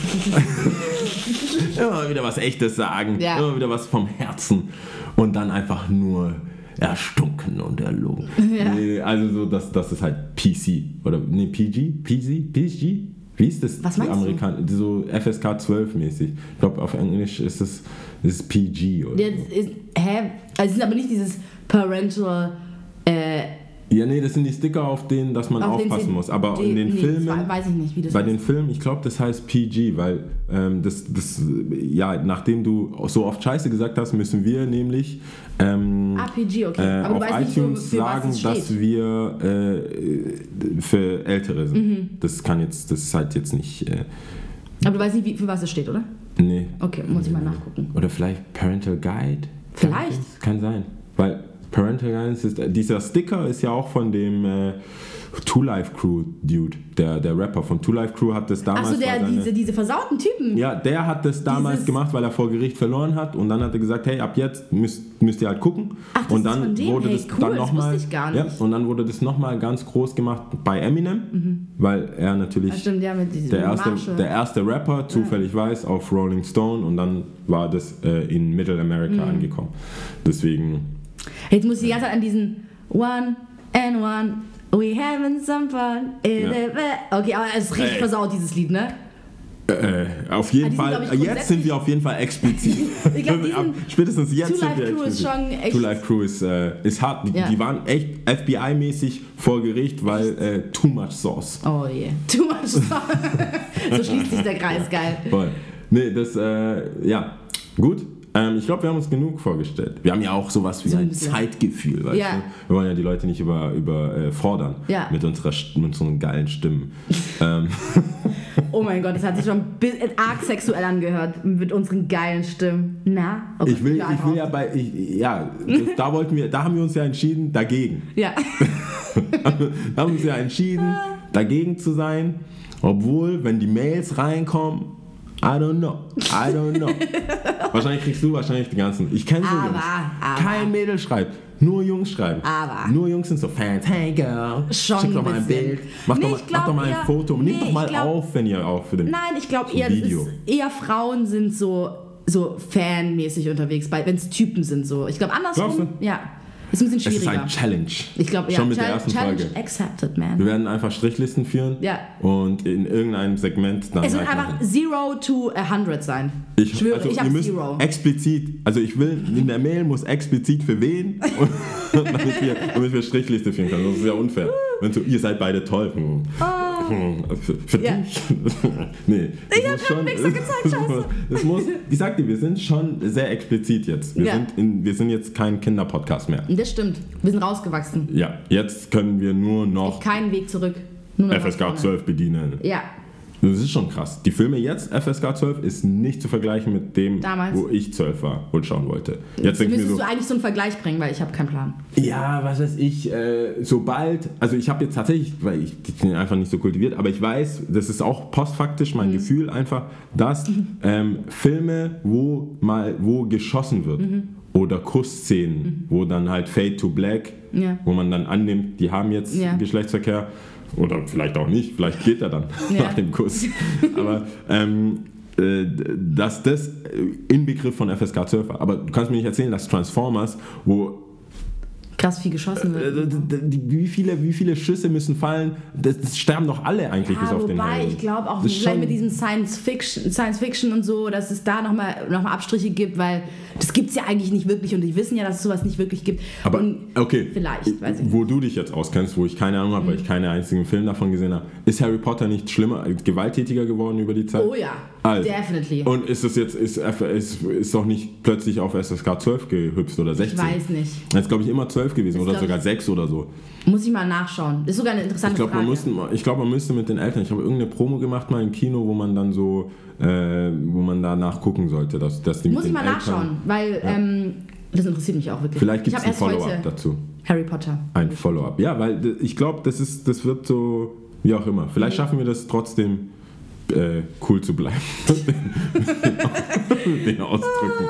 B: immer wieder was Echtes sagen,
C: Ja.
B: immer wieder was vom Herzen und dann einfach nur erstunken und erlogen. Nee, nee, also so, das, das ist halt PC oder nee, PG, PG, PG. Wie ist das?
C: Was meinst du?
B: Amerikan So FSK 12 mäßig. Ich glaube, auf Englisch ist es ist es PG oder so.
C: Jetzt ist, hä? Also es ist aber nicht dieses Parental. Äh,
B: Ja, nee, das sind die Sticker, auf denen dass man
C: auf den
B: aufpassen
C: zehn-
B: muss. Aber in den
C: nee,
B: Filmen.
C: we- Weiß ich nicht, wie das
B: Bei
C: heißt.
B: den Filmen, ich glaube, das heißt PG, weil ähm, das, das, ja, nachdem du so oft Scheiße gesagt hast, müssen wir nämlich ähm,
C: APG, Ah, okay.
B: äh, auf
C: aber du weißt nicht,
B: iTunes
C: wo, für
B: sagen,
C: was es steht.
B: dass wir äh, für Ältere sind.
C: Mhm.
B: Das kann jetzt, das ist halt jetzt nicht, äh,
C: aber du weißt nicht, wie, für was es steht, oder?
B: nee.
C: Okay, muss ich mal nachgucken.
B: Oder vielleicht Parental Guide?
C: Vielleicht.
B: Kann sein, weil Parental Guidance ist, dieser Sticker ist ja auch von dem äh, Two Life Crew Dude, der, der Rapper von Two Life Crew hat das damals
C: Achso,
B: bei
C: der,
B: seiner-
C: diese, diese versauten Typen.
B: Ja, der hat das damals
C: Dieses-
B: gemacht, weil er vor Gericht verloren hat und dann hat er gesagt, hey, ab jetzt müsst, müsst ihr halt gucken.
C: Ach, das
B: und
C: ist
B: dann
C: von dem.
B: wurde
C: Hey,
B: das
C: cool,
B: dann
C: das
B: nochmal
C: wusste ich gar nicht.
B: Ja, und dann wurde das nochmal ganz groß gemacht bei Eminem,
C: Mhm.
B: weil er
C: Ah,
B: natürlich
C: Stimmt, ja, mit diesem
B: der
C: Marshall.
B: erste, der erste Rapper zufällig weiß auf Rolling Stone und dann war das äh, in
C: Mhm.
B: Mittelamerika angekommen. Deswegen
C: Jetzt muss ich die ganze Zeit an diesen One and One, we having some fun. in
B: Ja.
C: the- Okay, aber es ist richtig
B: Ey.
C: versaut, dieses Lied, ne?
B: äh, auf jeden
C: Ah, die sind,
B: Fall äh,
C: glaub ich,
B: jetzt sind wir auf jeden Fall explizit.
C: Ich glaub, die
B: Ab-
C: sind-
B: spätestens jetzt
C: Two
B: sind
C: Life
B: wir
C: Crew ist
B: explizit.
C: schon echt-
B: Two Life Crew ist, äh, ist hart. Die,
C: Ja.
B: die waren echt FBI-mäßig vor Gericht, weil äh, too much sauce.
C: Oh je. Yeah. Too much fun. so schließt sich der Kreis, geil.
B: Voll. Nee, das, äh, ja, gut. Ähm, ich glaube, wir haben uns genug vorgestellt. Wir haben ja auch sowas wie
C: So ein
B: ein
C: bisschen.
B: Zeitgefühl, weißt
C: Ja.
B: du? Wir wollen ja die Leute nicht über, überfordern
C: Ja.
B: mit, unserer, St- mit unseren geilen Stimmen.
C: Oh mein Gott, das hat sich schon ein bisschen arg sexuell angehört mit unseren geilen Stimmen. Na? Oh Okay,
B: Ich will,
C: hör
B: ich
C: einfach
B: will ja
C: auf.
B: bei, ich, ja, das, da wollten wir, da haben wir uns ja entschieden, dagegen.
C: Ja.
B: Wir haben uns ja entschieden, dagegen zu sein. Obwohl, wenn die Mails reinkommen, I don't know, I don't know. wahrscheinlich kriegst du wahrscheinlich die ganzen. Ich kenne so
C: Aber,
B: Jungs.
C: aber.
B: Kein Mädel schreibt, nur Jungs schreiben.
C: Aber.
B: Nur Jungs sind so Fans. Hey Girl,
C: Schon
B: schick doch
C: ein
B: mal ein
C: bisschen.
B: Bild. Mach,
C: Nee,
B: doch, mal, mach
C: ich
B: doch
C: glaub
B: mal ein
C: eher-
B: Foto.
C: nee,
B: Nehmt doch
C: ich
B: mal
C: glaub-
B: auf, wenn ihr auch für den.
C: Nein, ich glaube
B: So
C: eher, das
B: Video.
C: ist eher Frauen sind so, so fanmäßig unterwegs, wenn es Typen sind so. Ich glaube andersrum,
B: Glaubst
C: ja. Ist ein bisschen
B: es ist
C: schwieriger.
B: ein Challenge.
C: ich glaube, ja.
B: Schon mit der
C: Challenge-
B: ersten
C: Challenge
B: Folge.
C: accepted, man.
B: Wir werden einfach Strichlisten führen
C: Ja.
B: und in irgendeinem Segment dann
C: Es wird
B: halt machen.
C: einfach Zero to a hundred sein.
B: Ich
C: schwöre,
B: also
C: ich
B: ihr
C: habe
B: müsst
C: Zero.
B: explizit, also ich will, in der Mail muss explizit für wen, und, damit, wir, damit wir Strichliste führen können. Das ist ja unfair. Wenn so, ihr seid beide toll. Hm. Hm. Für, für
C: Ah. Ja.
B: dich? nee. Ich
C: hab grad Wichser gezeigt, scheiße.
B: Das muss, ich sag dir, wir sind schon sehr explizit jetzt. Wir,
C: Ja.
B: sind, in, wir sind jetzt kein Kinderpodcast mehr.
C: Das stimmt. Wir sind rausgewachsen.
B: Ja, jetzt können wir nur noch
C: Keinen Weg zurück. Nur noch nach
B: FSK
C: vorne.
B: 12 bedienen.
C: Ja.
B: Das ist schon krass. Die Filme jetzt, FSK 12, ist nicht zu vergleichen mit dem,
C: Damals.
B: wo ich 12 war und schauen wollte. Jetzt denke ich
C: Müsstest
B: mir so,
C: du eigentlich so einen Vergleich bringen, weil ich habe keinen Plan.
B: ja, was weiß ich, äh, sobald, also ich habe jetzt tatsächlich, weil ich bin einfach nicht so kultiviert, aber ich weiß, das ist auch postfaktisch
C: Mhm.
B: mein Gefühl einfach, dass ähm, Filme, wo mal, wo geschossen wird
C: Mhm.
B: oder Kussszenen, wo dann halt Fade to Black,
C: Ja.
B: wo man dann annimmt, die haben jetzt
C: Ja.
B: Geschlechtsverkehr oder vielleicht auch nicht, vielleicht geht er dann
C: Ja.
B: nach dem Kuss, aber ähm, äh, dass das äh, Inbegriff von FSK 12 war. Aber du kannst mir nicht erzählen, dass Transformers, wo
C: Krass viel geschossen
B: äh,
C: wird.
B: d- d- d- Wie viele, wie viele Schüsse müssen fallen? Das, das sterben doch alle eigentlich bis
C: Ja,
B: auf den
C: wobei,
B: Helden.
C: ich glaube auch
B: Das ist
C: vielleicht
B: schon-
C: mit diesem Science Fiction, Science Fiction und so, dass es da nochmal noch mal Abstriche gibt, weil das gibt es ja eigentlich nicht wirklich und die wissen ja, dass es sowas nicht wirklich gibt.
B: Aber
C: und
B: okay,
C: vielleicht, weiß ich nicht. Mhm.
B: wo du dich jetzt auskennst, wo ich keine Ahnung habe, weil ich keinen einzigen Film davon gesehen habe, ist Harry Potter nicht schlimmer, äh, gewalttätiger geworden über die Zeit?
C: Oh ja,
B: Also,
C: definitely.
B: Und ist es jetzt, ist, F- ist, ist doch nicht plötzlich auf SSK 12 gehüpft oder 16?
C: Ich weiß nicht.
B: Jetzt glaube ich immer 12 gewesen oder
C: glaub
B: sogar
C: ich-
B: 6 oder so.
C: Muss ich mal nachschauen. Ist sogar eine interessante
B: Ich glaube, man,
C: Frage.
B: müssten- ich glaub, man müsste mit den Eltern, ich habe irgendeine Promo gemacht mal im Kino, wo man dann so, äh, wo man da nachgucken sollte, dass, dass die mit
C: Muss ich
B: den
C: mal
B: Eltern,
C: nachschauen, weil ähm, das interessiert mich auch wirklich.
B: Vielleicht gibt
C: Ich
B: es
C: hab
B: ein
C: erst heute
B: Follow-up dazu.
C: Harry Potter.
B: Ein Follow-up. Ja, weil d- ich glaube, das, ist- das wird so, wie auch immer.
C: Mhm.
B: Vielleicht schaffen wir das trotzdem, äh, cool zu bleiben. den Ausdrücken.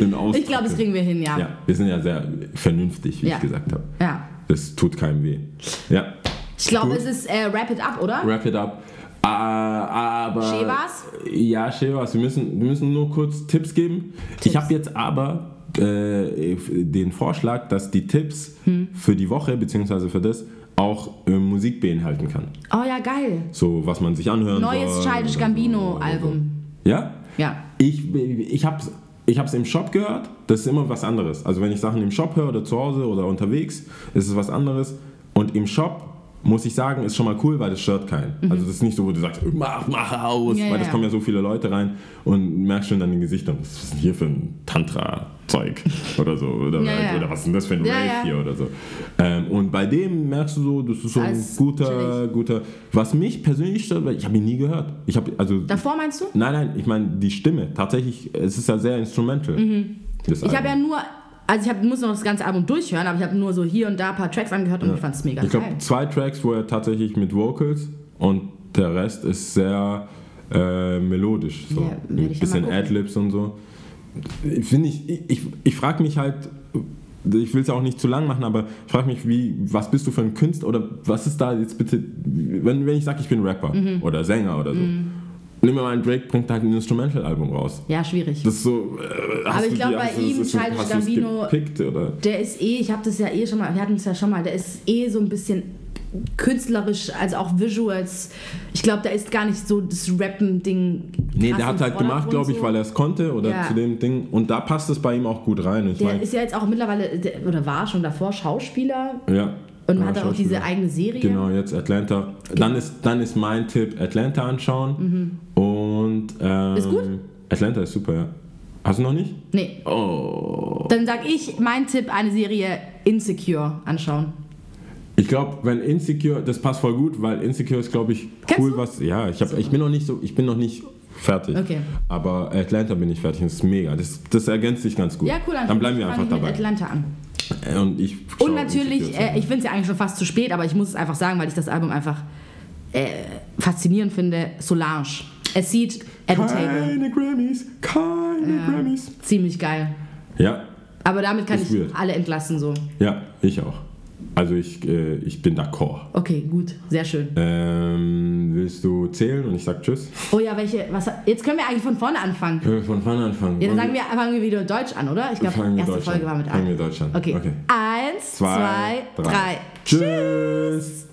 B: Den Ausdrücken.
C: Ich glaube, das kriegen wir hin, ja.
B: Ja, wir sind ja sehr vernünftig, wie
C: Ja.
B: ich gesagt habe.
C: Ja.
B: Das tut keinem weh. Ja,
C: Ich glaube,
B: Gut.
C: es ist äh, Wrap It Up, oder?
B: wrap it up. Ah, aber.
C: Shevas?
B: Ja, Shevas. Wir müssen, wir müssen nur kurz Tipps geben. Ich habe jetzt aber äh, den Vorschlag, dass die Tipps
C: Hm.
B: für die Woche beziehungsweise für das auch äh, Musik beinhalten kann.
C: Oh ja, geil.
B: So, was man sich anhören
C: Neues
B: soll.
C: Childish Gambino-Album.
B: Ja?
C: Ja.
B: Ich, ich habe es ich hab's im Shop gehört, das ist immer was anderes. Also wenn ich Sachen im Shop höre oder zu Hause oder unterwegs, ist es was anderes. Und im Shop muss ich sagen, ist schon mal cool, weil das stört keinen. Also das ist nicht so, wo du sagst, mach, mach aus,
C: Mhm. Ja,
B: weil
C: ja,
B: das
C: ja.
B: kommen ja so viele Leute rein und merkst schon an den Gesichtern, was ist denn hier für ein Tantra-Zeug oder so. Oder,
C: Ja, ja.
B: oder was ist denn das für ein
C: Ja,
B: Rave
C: ja.
B: hier oder so. Ähm, und bei dem merkst du so, das ist so ein
C: Alles
B: guter,
C: chillig.
B: guter, was mich persönlich stört, weil ich habe ihn nie gehört. Ich habe, also
C: Davor meinst du?
B: Nein, nein, ich meine die Stimme. Tatsächlich, es ist ja sehr instrumental. das
C: Mhm. Ich habe ja
B: Album.
C: nur, also ich hab, muss noch das ganze Album durchhören, aber ich habe nur so hier und da ein paar Tracks angehört und ich fand es mega
B: ich glaube,
C: geil.
B: zwei Tracks, wo er tatsächlich mit Vocals und der Rest ist sehr äh, melodisch. So.
C: Ja, werd ich ja
B: Ein bisschen
C: mal gucken.
B: Adlibs und so. Finde ich, ich, ich, ich frage mich halt, ich will es auch nicht zu lang machen, aber ich frage mich, wie, was bist du für ein Künstler oder was ist da jetzt bitte, wenn, wenn ich sage, ich bin Rapper
C: Mhm.
B: oder Sänger oder so. Nimm mir mal einen Drake, bringt halt ein Instrumental-Album raus.
C: Ja, schwierig.
B: Das ist so. Äh, hast
C: ich
B: du
C: glaub,
B: die-
C: bei
B: hast du- hast
C: ihm,
B: du-
C: Childish
B: hast du's
C: Gambino-
B: Gepickt, oder?
C: Der ist eh, ich habe das ja eh schon mal, wir hatten es ja schon mal, der ist eh so ein bisschen künstlerisch, also auch Visuals. Ich glaube, da ist gar nicht so das Rappen-Ding.
B: Nee,
C: krass
B: der
C: im
B: hat halt gemacht,
C: Vordergrund
B: glaube ich,
C: so.
B: weil er es konnte oder
C: Ja.
B: zu dem Ding. Und da passt es bei ihm auch gut rein. Ich
C: Der
B: meine,
C: ist ja jetzt auch mittlerweile, der, oder war schon davor Schauspieler
B: ja.
C: und
B: Ja,
C: hat auch
B: Schauspieler.
C: diese Genau. eigene Serie.
B: Genau, jetzt Atlanta. Dann, ist, dann ist mein Tipp: Atlanta anschauen. Und. Ähm,
C: Mhm. Ist gut?
B: Atlanta ist super, ja. Hast du noch nicht?
C: Nee,
B: Oh.
C: dann sag ich, mein Tipp, eine Serie Insecure anschauen.
B: Ich glaube, wenn Insecure, das passt voll gut, weil Insecure ist, glaube ich,
C: Kennst
B: cool,
C: du?
B: was. Ja, ich, hab, ich bin noch nicht so, ich bin noch nicht fertig.
C: Okay.
B: Aber Atlanta bin ich fertig. Das ist mega. Das, das ergänzt sich ganz gut.
C: Ja, cool.
B: Dann bleiben wir
C: fang
B: einfach
C: ich mit
B: dabei.
C: Atlanta an.
B: Äh, Und ich. schau
C: Und natürlich,
B: Insecure
C: äh,
B: zu.
C: ich finde es ja eigentlich schon fast zu spät, aber ich muss es einfach sagen, weil ich das Album einfach äh, faszinierend finde. Solange. Es sieht at the table.
B: keine Grammys, keine Grammys.
C: Ziemlich geil.
B: Ja,
C: Aber damit kann
B: Ist
C: ich
B: weird.
C: alle entlassen so.
B: ja, ich auch. Also ich, äh, ich bin d'accord.
C: Okay, gut, sehr schön.
B: Ähm, willst du zählen und ich sag Tschüss?
C: Oh ja, welche, was, jetzt können wir eigentlich von vorne anfangen.
B: Können wir von vorne anfangen?
C: Ja, dann sagen wir, fangen wir wieder Deutsch an, oder? Ich glaube,
B: Fangen wir
C: erste
B: Deutschland.
C: Folge war mit
B: Fangen
C: an.
B: wir Deutschland.
C: Okay.
B: okay.
C: Eins, zwei, drei.
B: Tschüss.